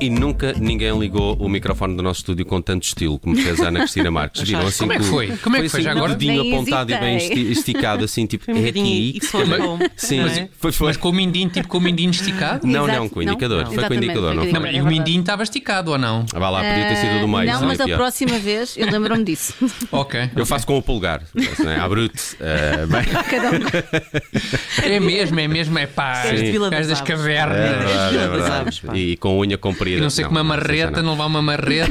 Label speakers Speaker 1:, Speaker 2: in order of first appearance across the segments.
Speaker 1: E nunca ninguém ligou o microfone do nosso estúdio com tanto estilo como fez a Ana Cristina Marques. Viram assim
Speaker 2: Como é que
Speaker 1: com-
Speaker 2: foi? Como é que foi
Speaker 1: assim,
Speaker 2: já
Speaker 1: com o
Speaker 2: agora?
Speaker 1: dedinho
Speaker 3: Nem
Speaker 1: apontado e bem
Speaker 3: hesitei.
Speaker 1: esti- esticado, assim, tipo,
Speaker 4: um
Speaker 1: é
Speaker 4: bocadinho-
Speaker 1: aqui.
Speaker 4: e foi bom,
Speaker 1: Sim,
Speaker 4: não é?
Speaker 1: sim, foi, foi. um,
Speaker 2: Mas com o mindinho, tipo com o mindinho esticado?
Speaker 1: Não,
Speaker 3: Exato,
Speaker 1: não, com o
Speaker 3: não.
Speaker 1: indicador. Foi com o
Speaker 3: Exatamente,
Speaker 1: indicador, não
Speaker 3: foi
Speaker 1: foi?
Speaker 3: com
Speaker 2: Não, mas
Speaker 3: É
Speaker 2: o
Speaker 3: verdade.
Speaker 2: mindinho estava esticado ou não?
Speaker 1: Ah, vá lá, podia ter sido do né, meio.
Speaker 3: Eh, Não,
Speaker 1: seria
Speaker 3: mas a
Speaker 1: pior.
Speaker 3: próxima vez eu lembro-me disso.
Speaker 2: Ok.
Speaker 1: Eu faço com o polegar. Não é? À brute. eh, bem.
Speaker 2: É mesmo, é mesmo, é pá.
Speaker 1: Sim.
Speaker 4: Vila das
Speaker 2: Gajo das
Speaker 4: Aves.
Speaker 1: É
Speaker 2: cavernas.
Speaker 1: verdade, é
Speaker 4: das
Speaker 1: verdade.
Speaker 4: aves, pá.
Speaker 1: E com unha comprida.
Speaker 2: E não sei com uma
Speaker 1: isso já
Speaker 2: marreta,
Speaker 1: não. é
Speaker 2: não levar uma marreta.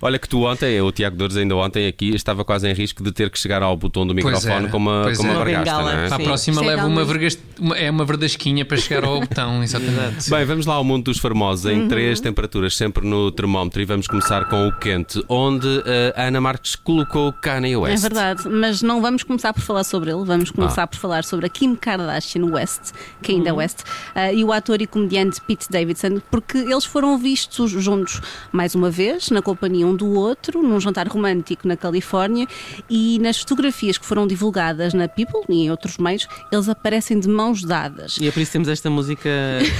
Speaker 1: Olha que tu ontem, o Tiago Dores ainda ontem aqui, estava quase em risco de ter que chegar ao botão do
Speaker 2: Pois
Speaker 1: microfone
Speaker 2: era,
Speaker 1: com uma,
Speaker 2: pois
Speaker 1: com uma
Speaker 2: era.
Speaker 4: Uma
Speaker 1: vergasta,
Speaker 4: bengala,
Speaker 1: não é?
Speaker 2: Para a
Speaker 4: Sim.
Speaker 2: próxima
Speaker 3: Isto é
Speaker 2: leva
Speaker 3: de
Speaker 2: uma,
Speaker 3: algum-
Speaker 2: vergas- uma- é uma verdasquinha para chegar ao botão, exatamente.
Speaker 1: Bem, vamos lá ao mundo dos famosos
Speaker 3: Uhum.
Speaker 1: em três temperaturas, sempre no termómetro, e vamos começar com o quente, onde eh, a Ana Marques colocou Kanye
Speaker 3: É
Speaker 1: West.
Speaker 3: verdade, mas não vamos começar por falar sobre ele, vamos começar
Speaker 1: Ah.
Speaker 3: por falar sobre a Kim Kardashian West, que ainda é
Speaker 1: Uhum.
Speaker 3: West, ah, e o ator e comediante Pete Davidson, porque eles foram vistos juntos mais uma vez, na companhia um do outro, num jantar romântico na Califórnia, e nas fotografias que foram divulgadas na People e em outros meios, eles aparecem de mãos dadas.
Speaker 4: E é por isso que temos esta música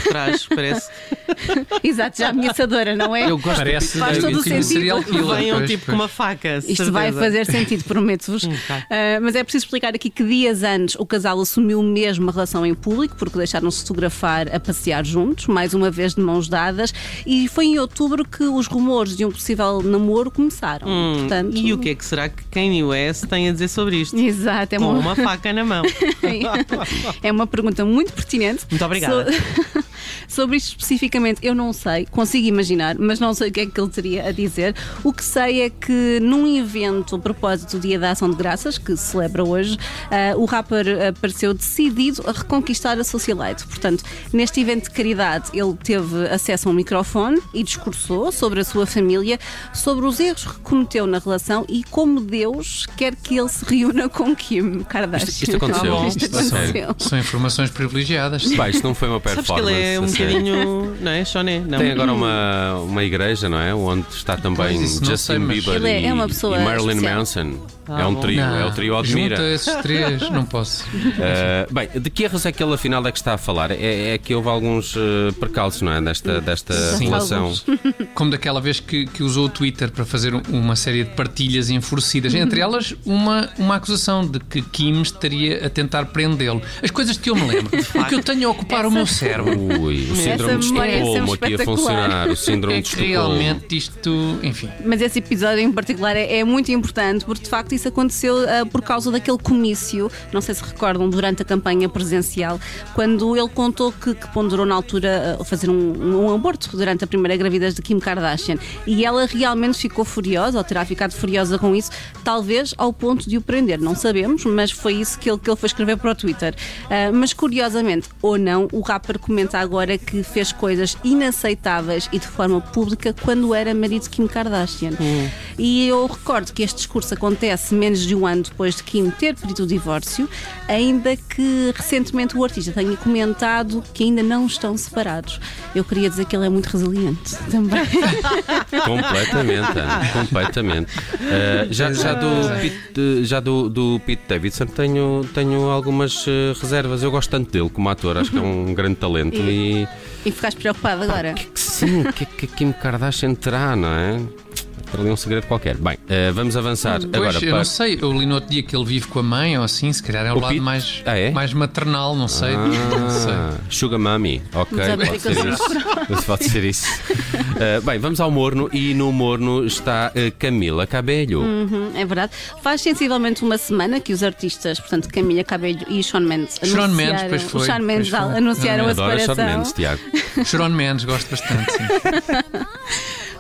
Speaker 4: que traz, parece.
Speaker 3: Exato, já ameaçadora, não é?
Speaker 4: Eu gosto
Speaker 2: Parece
Speaker 3: Faz todo
Speaker 2: aquilo
Speaker 3: o
Speaker 2: do
Speaker 3: sentido.
Speaker 2: serial
Speaker 4: que
Speaker 2: killer.
Speaker 4: venham
Speaker 2: pois,
Speaker 4: tipo com
Speaker 2: pois.
Speaker 4: uma faca.
Speaker 3: Isto vai fazer sentido, prometo-vos.
Speaker 4: Um
Speaker 3: Ah, mas é preciso explicar aqui que dias antes o casal assumiu mesmo a relação em público, porque deixaram-se fotografar a passear juntos, mais uma vez de mãos dadas, e foi em outubro que os rumores de um possível namoro começaram. Portanto,
Speaker 4: E o que é que será que Kanye West tem a dizer sobre isto?
Speaker 3: Exato, é
Speaker 4: Com
Speaker 3: uma-
Speaker 4: uma faca na mão.
Speaker 3: é uma pergunta muito pertinente.
Speaker 4: Muito obrigada.
Speaker 3: So- Sobre isto especificamente, eu não sei, consigo imaginar, mas não sei o que é que ele teria a dizer. O que sei é que num evento a propósito do Dia da Ação de Graças, que se celebra hoje, ah, o rapper apareceu decidido a reconquistar a socialite. Portanto, neste evento de caridade, ele teve acesso a um microfone e discursou sobre a sua família, sobre os erros que cometeu na relação e como Deus quer que ele se reúna com Kim Kardashian.
Speaker 1: Isto aconteceu.
Speaker 4: bom.
Speaker 3: Isto
Speaker 1: a sério.
Speaker 3: aconteceu.
Speaker 2: São informações privilegiadas.
Speaker 1: Pá, isto não foi uma
Speaker 4: Sabes
Speaker 1: performance.
Speaker 4: que ele é um
Speaker 1: a sério.
Speaker 4: bocadinho. Não é? Choné? Não.
Speaker 1: Tem
Speaker 3: um
Speaker 1: agora um- uma, uma igreja, não é? Onde está também
Speaker 2: Pois, isso não
Speaker 1: Justin
Speaker 2: sei, mas-
Speaker 1: Bieber
Speaker 3: Ele é-
Speaker 1: e,
Speaker 3: é uma pessoa
Speaker 1: e Marilyn
Speaker 3: especial.
Speaker 1: Manson.
Speaker 4: Ah,
Speaker 1: é um
Speaker 4: bom.
Speaker 1: trio,
Speaker 2: Não,
Speaker 1: é o trio Admira.
Speaker 2: Junta esses três, não posso.
Speaker 1: Uh, bem, de que erros é que ele afinal é que está a falar? É, é que houve alguns uh, percalços, não é? Desta, desta
Speaker 2: Sim.
Speaker 1: relação.
Speaker 3: Alguns.
Speaker 2: Como daquela vez que, que usou o Twitter para fazer um- uma série de partilhas enfurecidas, entre
Speaker 1: Uhum.
Speaker 2: elas uma, uma acusação de que Kim estaria a tentar prendê-lo. As coisas que eu me lembro, o que eu tenho a ocupar o meu cérebro.
Speaker 1: Ui, o síndrome de
Speaker 3: memória é
Speaker 1: Estocolmo
Speaker 3: sempre
Speaker 1: aqui a
Speaker 3: espetacular.
Speaker 1: funcionar. O síndrome
Speaker 2: É
Speaker 1: de
Speaker 2: que
Speaker 1: Estocolmo.
Speaker 2: realmente isto, enfim.
Speaker 3: Mas esse episódio em particular é, é muito importante porque de facto isso aconteceu ah, por causa daquele comício, não sei se recordam, durante a campanha presencial, quando ele contou que, que ponderou na altura ah, fazer um, um aborto durante a primeira gravidez de Kim Kardashian. E ela realmente ficou furiosa, ou terá ficado furiosa com isso, talvez ao ponto de o prender, não sabemos, mas foi isso que ele, que ele foi escrever para o Twitter. Ah, mas curiosamente, ou não, o rapper comenta agora que fez coisas inaceitáveis e de forma pública quando era marido de Kim Kardashian. E eu recordo que este discurso acontece menos de um ano depois de Kim ter pedido o divórcio, ainda que recentemente o artista tenha comentado que ainda não estão separados. Eu queria dizer que ele é muito resiliente também.
Speaker 1: Completamente, Ana, completamente. Uh, já, já do Pete, já do, do Pete Davidson tenho, tenho algumas uh, reservas. Eu gosto tanto dele como ator, acho que é um grande talento. E
Speaker 3: e ficaste preocupado agora?
Speaker 1: que, que sim, o que, que a Kim Kardashian terá, não é? Tem ali um segredo qualquer. Bem, uh, vamos avançar
Speaker 2: Pois,
Speaker 1: agora
Speaker 2: eu
Speaker 1: para.
Speaker 2: não sei, eu li no outro dia que ele vive com a mãe ou assim, se calhar é o,
Speaker 1: O
Speaker 2: lado
Speaker 1: Pete?
Speaker 2: mais,
Speaker 1: Ah, é?
Speaker 2: mais maternal, não sei. Não sei.
Speaker 1: Ah, Sugar Mami, ok,
Speaker 3: Mas
Speaker 1: pode
Speaker 3: há
Speaker 1: ser, isso. pode ser isso. Uh, bem, vamos ao Morno e no Morno está uh, Camila Cabelho.
Speaker 3: Uhum, é verdade. Faz sensivelmente uma semana que os artistas, portanto, Camila Cabelho e Sean Mendes,
Speaker 2: Sean
Speaker 3: anunciaram,
Speaker 2: Mendes, pois foi,
Speaker 3: o Shawn Mendes
Speaker 2: pois foi.
Speaker 3: anunciaram a
Speaker 1: Adoro Shawn
Speaker 3: separação.
Speaker 1: Mendes, Tiago.
Speaker 2: Sharon Mendes, gosto bastante. sim.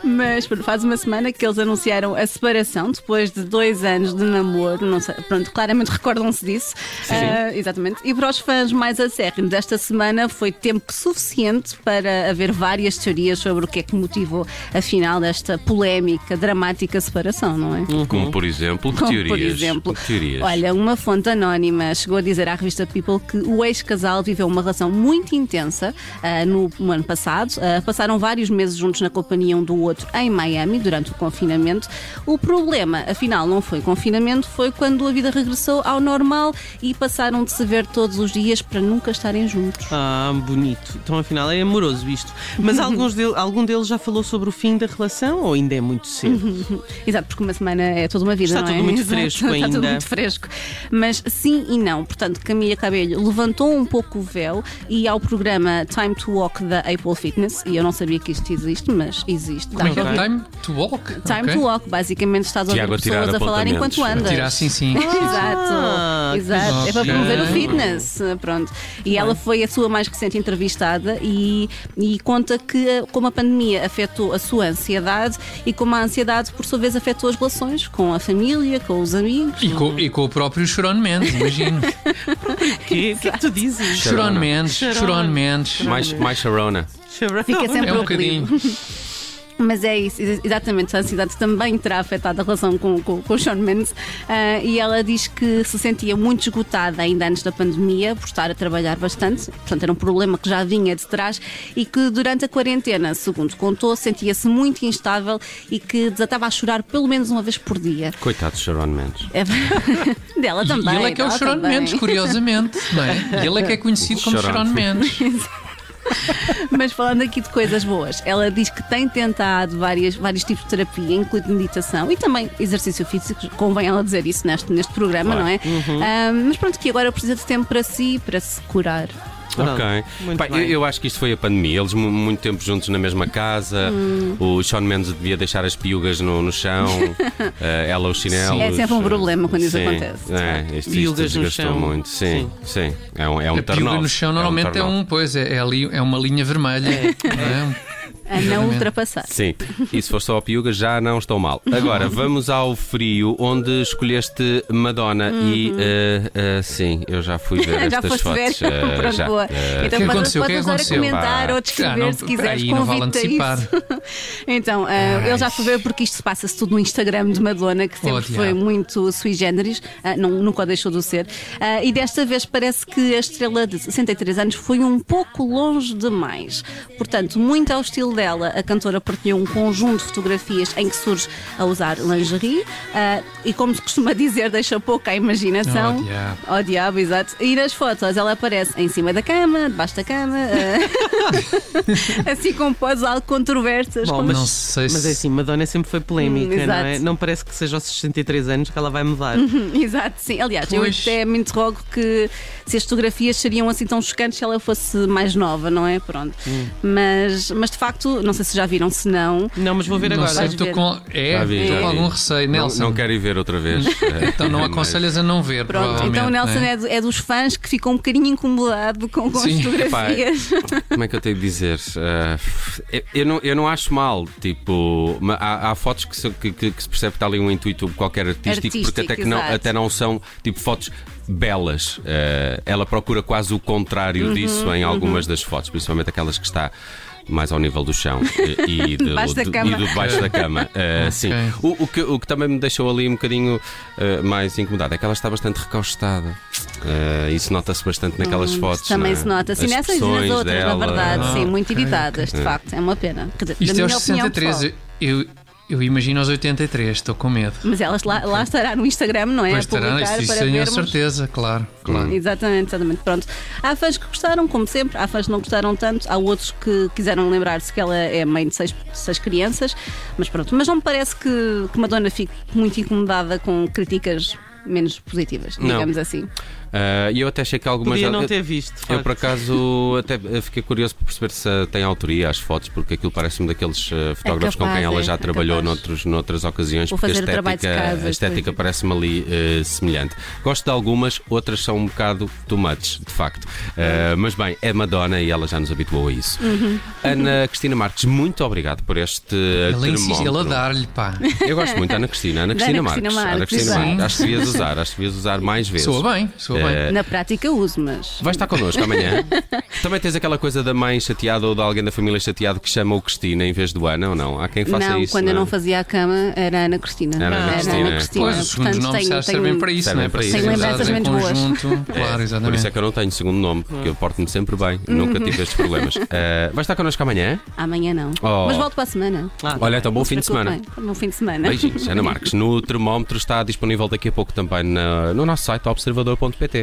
Speaker 3: Mas pronto, faz uma semana que eles anunciaram a separação depois de dois anos de namoro. Não sei, pronto, claramente recordam-se disso. Ah, exatamente. E para os fãs mais acérrimos, esta semana foi tempo suficiente para haver várias teorias sobre o que é que motivou, afinal, esta polémica, dramática separação, não é?
Speaker 2: Uhum.
Speaker 1: Como por exemplo, que
Speaker 3: Como,
Speaker 1: teorias?
Speaker 3: Por exemplo,
Speaker 1: Que teorias?
Speaker 3: olha, uma fonte anónima chegou a dizer à revista People que o ex-casal viveu uma relação muito intensa ah, no, no ano passado. Ah, passaram vários meses juntos na companhia um do outro em Miami durante o confinamento. O problema, afinal, não foi confinamento, foi quando a vida regressou ao normal e passaram de se ver todos os dias para nunca estarem juntos.
Speaker 4: Ah, bonito. Então, afinal, é amoroso isto. Mas alguns dele- algum deles já falou sobre o fim da relação ou ainda é muito cedo?
Speaker 3: Uhum. Exato, porque uma semana é toda uma vida,
Speaker 4: Está
Speaker 3: não
Speaker 4: tudo
Speaker 3: é?
Speaker 4: muito
Speaker 3: Exato,
Speaker 4: fresco
Speaker 3: Está tudo
Speaker 4: ainda.
Speaker 3: muito fresco. Mas sim e não. Portanto, Camila Cabelho levantou um pouco o véu e ao programa Time to Walk da Apple Fitness, e eu não sabia que isto existe, mas existe.
Speaker 1: Tá.
Speaker 2: Como é que
Speaker 3: Dá
Speaker 2: é?
Speaker 3: para
Speaker 2: Time
Speaker 3: ouvir.
Speaker 2: to walk?
Speaker 3: Time
Speaker 2: Ok.
Speaker 3: to Walk, basicamente estás a ouvir
Speaker 1: Tiago a tirar
Speaker 3: pessoas a falar
Speaker 1: apontamentos.
Speaker 3: enquanto andas.
Speaker 2: Tirar sim, sim.
Speaker 4: Ah,
Speaker 3: Exato,
Speaker 4: que
Speaker 3: exato. É para
Speaker 2: giro.
Speaker 3: promover o fitness. Pronto. E ela foi a sua mais recente entrevistada e, e conta que eh, como a pandemia afetou a sua ansiedade e como a ansiedade, por sua vez, afetou as relações com a família, com os amigos.
Speaker 2: E com, e com o próprio Chorón Mendes, imagino.
Speaker 4: O quê? O que é que tu dizes?
Speaker 2: Chorón Mendes,
Speaker 4: Chorón.
Speaker 2: Chorón Mendes.
Speaker 1: Mais, mais Sharona.
Speaker 3: Fica sempre
Speaker 2: É um
Speaker 3: ao clima.
Speaker 2: bocadinho.
Speaker 3: Mas é isso, ex- exatamente. A ansiedade também terá afetado a relação com, com, com o Sean Mendes. Ah, e ela diz que se sentia muito esgotada ainda antes da pandemia, por estar a trabalhar bastante. Portanto, era um problema que já vinha de trás. E que durante a quarentena, segundo contou, sentia-se muito instável e que desatava a chorar pelo menos uma vez por dia.
Speaker 1: Coitado de Sharon Mendes.
Speaker 3: É- dela
Speaker 2: E-
Speaker 3: também.
Speaker 2: e ele é que é o
Speaker 3: dela
Speaker 2: Chorón
Speaker 3: também.
Speaker 2: Mendes, curiosamente. Não é? E Ele é que é conhecido como
Speaker 1: Chorón.
Speaker 2: Chorón Mendes.
Speaker 1: É
Speaker 3: Mas falando aqui de coisas boas, ela diz que tem tentado várias, vários tipos de terapia, incluindo meditação e também exercício físico, convém ela dizer isso neste, neste programa,
Speaker 1: Claro.
Speaker 3: não é? Ah, mas pronto, que agora precisa de tempo para si, para se curar.
Speaker 4: Pronto,
Speaker 1: Ok.
Speaker 4: muito
Speaker 1: Pá, eu,
Speaker 4: bem.
Speaker 1: eu acho que isto foi a pandemia. Eles mu- muito tempo juntos na mesma casa.
Speaker 3: Hum.
Speaker 1: O Sean Mendes devia deixar as piugas no, no chão. eh, ela os chinelos.
Speaker 3: É sempre um problema quando isso
Speaker 1: Sim.
Speaker 3: acontece, de
Speaker 1: É, isto, isto
Speaker 4: Piugas no
Speaker 1: desgastou
Speaker 4: chão.
Speaker 1: muito. Sim, sim. É um, é um
Speaker 2: A piuga
Speaker 1: turn-off.
Speaker 2: no
Speaker 1: É
Speaker 2: chão
Speaker 1: um
Speaker 2: normalmente é
Speaker 1: turn-off.
Speaker 2: um, pois, é, é ali, é uma linha vermelha. não é?
Speaker 3: A não
Speaker 2: Exatamente.
Speaker 3: ultrapassar.
Speaker 1: Sim, e se for só a piuga já não estou mal. Agora vamos ao frio, onde escolheste Madonna e eh, eh, sim, eu já fui ver
Speaker 3: Uhum. já
Speaker 1: estas
Speaker 3: foste
Speaker 1: fotos.
Speaker 3: ver.
Speaker 1: eh,
Speaker 3: Pronto,
Speaker 1: já,
Speaker 3: boa.
Speaker 1: eh,
Speaker 3: então
Speaker 2: O que
Speaker 3: podes,
Speaker 2: aconteceu? O que
Speaker 3: podes agora
Speaker 2: aconteceu?
Speaker 3: comentar
Speaker 1: Pá.
Speaker 3: ou descrever
Speaker 2: Ah, não,
Speaker 3: se quiseres.
Speaker 2: aí não vale
Speaker 3: convite a
Speaker 2: antecipar.
Speaker 3: isso. então, ah, eu já fui ver porque isto passa-se tudo no Instagram de Madonna, que sempre
Speaker 2: Oh, diabo.
Speaker 3: foi muito sui generis, ah, não- nunca o deixou de o ser. Ah, e desta vez parece que a estrela de 63 anos foi um pouco longe demais. Portanto, muito ao estilo dela, a cantora partilhou um conjunto de fotografias em que surge a usar lingerie ah, e, como se costuma dizer, deixa pouco à imaginação.
Speaker 2: Oh, diabo.
Speaker 3: Ao diabo, exato. E nas fotos ela aparece em cima da cama, debaixo da cama, eh, assim com poses algo controversas.
Speaker 4: Bom,
Speaker 3: como-
Speaker 4: mas,
Speaker 2: Não sei se-
Speaker 4: mas é assim, Madonna sempre foi polémica,
Speaker 3: Hum,
Speaker 4: não
Speaker 3: exato.
Speaker 4: é? Não parece que seja aos 63 anos que ela vai mudar.
Speaker 3: Exato, sim. Aliás, eu
Speaker 2: Pois.
Speaker 3: até me interrogo que se as fotografias seriam assim tão chocantes se ela fosse mais nova, não é? Pronto.
Speaker 2: Hum.
Speaker 3: Mas, mas de facto, não sei se já viram, se não.
Speaker 4: Não, mas vou ver
Speaker 2: Não
Speaker 4: agora.
Speaker 2: sei,
Speaker 3: Vais
Speaker 2: estou
Speaker 3: ver.
Speaker 2: com, é,
Speaker 1: já vi,
Speaker 2: estou
Speaker 1: já
Speaker 2: com
Speaker 1: vi.
Speaker 2: algum receio,
Speaker 1: Não-
Speaker 2: Nelson.
Speaker 1: Não, quero ir ver outra vez. eh,
Speaker 2: Então não
Speaker 1: mas-
Speaker 2: aconselhas a não ver,
Speaker 3: Pronto,
Speaker 2: provavelmente.
Speaker 3: então o Nelson
Speaker 2: não é?
Speaker 3: é, do- é dos fãs que ficam um bocadinho incomodado com, com
Speaker 2: Sim,
Speaker 3: as
Speaker 1: epá,
Speaker 3: fotografias.
Speaker 1: Como é que eu tenho de dizer? Eh, eu- eu, não, eu não acho mal, tipo, ma- há, há fotos que se, que- que- que se percebe que está ali um intuito qualquer artístico, porque
Speaker 3: Artístico,
Speaker 1: até, que não,
Speaker 3: exato.
Speaker 1: até não são tipo fotos belas. Eh, ela procura quase o contrário
Speaker 3: Uhum,
Speaker 1: disso em algumas das fotos, principalmente aquelas que está. Mais ao nível do chão eh, e, de,
Speaker 3: Debaixo da
Speaker 1: do-
Speaker 3: cama.
Speaker 1: e do baixo da cama. Eh, Sim. O, o que, o que também me deixou ali um bocadinho eh, mais incomodado é que ela está bastante recaustada. Eh, isso nota-se bastante naquelas
Speaker 3: Hum,
Speaker 1: fotos.
Speaker 3: Também
Speaker 1: não é?
Speaker 3: se nota. Assim,
Speaker 1: As
Speaker 3: nessas e nas
Speaker 1: expressões
Speaker 3: outras,
Speaker 1: dela. é?
Speaker 3: na verdade,
Speaker 2: Ah,
Speaker 3: sim, muito
Speaker 2: ok,
Speaker 3: editadas, de facto. É uma pena. Quer dizer,
Speaker 2: Isto
Speaker 3: da
Speaker 2: é aos
Speaker 3: minha opinião
Speaker 2: 63.
Speaker 3: pessoal.
Speaker 2: eu, eu imagino aos 83, estou com medo.
Speaker 3: Mas elas lá, lá estará no Instagram, não é?
Speaker 2: Pois
Speaker 3: a
Speaker 2: terá,
Speaker 3: publicar
Speaker 2: isto, isto
Speaker 3: para
Speaker 2: tenho a
Speaker 3: vermos.
Speaker 2: certeza, claro. claro.
Speaker 3: Exatamente, exatamente. Pronto. Há fãs que gostaram, como sempre, há fãs que não gostaram tanto, há outros que quiseram lembrar-se que ela é mãe de seis, seis crianças, mas pronto. Mas não me parece que, que Madonna fique muito incomodada com críticas menos positivas,
Speaker 1: Não.
Speaker 3: digamos assim.
Speaker 1: Ah, E eu até achei que algumas.
Speaker 4: Podia
Speaker 1: eu-
Speaker 4: não ter visto. de
Speaker 1: Eu,
Speaker 4: facto.
Speaker 1: por acaso, até eh, fiquei curioso por perceber se eh, tem autoria as fotos, porque aquilo parece-me daqueles eh, fotógrafos com
Speaker 3: capaz,
Speaker 1: quem ela
Speaker 3: é,
Speaker 1: já
Speaker 3: é
Speaker 1: trabalhou
Speaker 3: capaz.
Speaker 1: noutros, noutras ocasiões,
Speaker 3: Vou
Speaker 1: porque a
Speaker 3: fazer o trabalho de
Speaker 1: estética,
Speaker 3: casa,
Speaker 1: a estética
Speaker 3: depois.
Speaker 1: parece-me ali eh, semelhante. Gosto de algumas, outras são um bocado too much, de facto. Eh, mas bem, é Madonna e ela já nos habituou a isso.
Speaker 3: Uhum.
Speaker 1: Ana Cristina Marques, muito obrigado por este eh,
Speaker 2: Ela insiste,
Speaker 1: termómetro.
Speaker 2: ela dar-lhe, pá.
Speaker 1: Eu gosto muito da Ana Cristina, Ana
Speaker 3: Da
Speaker 1: Cristina
Speaker 3: Ana Cristina
Speaker 1: Marques. Ana
Speaker 3: Marques,
Speaker 1: Cristina
Speaker 2: exato.
Speaker 1: Marques. Acho que devias usar, acho que devias usar mais vezes.
Speaker 2: Soa bem, soa bem.
Speaker 1: Eh,
Speaker 3: Na prática uso, mas.
Speaker 1: Vai estar connosco amanhã. Também tens aquela coisa da mãe chateada ou de alguém da família chateado que chama o Cristina em vez do Ana ou não? é? Há quem faça
Speaker 3: não,
Speaker 1: isso.
Speaker 3: quando eu não fazia a cama era Ana Cristina.
Speaker 1: Era Ana Cristina,
Speaker 2: Pois, os segundos
Speaker 3: é, Portanto,
Speaker 2: nomes
Speaker 3: tenho,
Speaker 2: servem
Speaker 3: tenho-
Speaker 2: para isso,
Speaker 1: Servem
Speaker 2: não é?
Speaker 1: para isso,
Speaker 3: Tenho
Speaker 2: serem usadas
Speaker 3: lembranças
Speaker 2: em
Speaker 3: menos boas.
Speaker 2: conjunto. Claro,
Speaker 1: Por isso
Speaker 2: exatamente.
Speaker 1: é que eu não tenho segundo nome, porque eu porto-me sempre bem.
Speaker 3: Uhum.
Speaker 1: Nunca tive estes problemas. Eh, vai estar connosco amanhã?
Speaker 3: Amanhã não.
Speaker 1: Oh.
Speaker 3: Mas volto para a semana.
Speaker 4: Ah,
Speaker 1: Olha, então bom
Speaker 3: Não se
Speaker 1: fim de semana.
Speaker 3: preocupem, Bom fim de semana.
Speaker 1: Beijinhos, Ana Marques. No termómetro está disponível daqui a pouco também na- no nosso site observador.pt.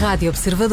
Speaker 5: Rádio Observador.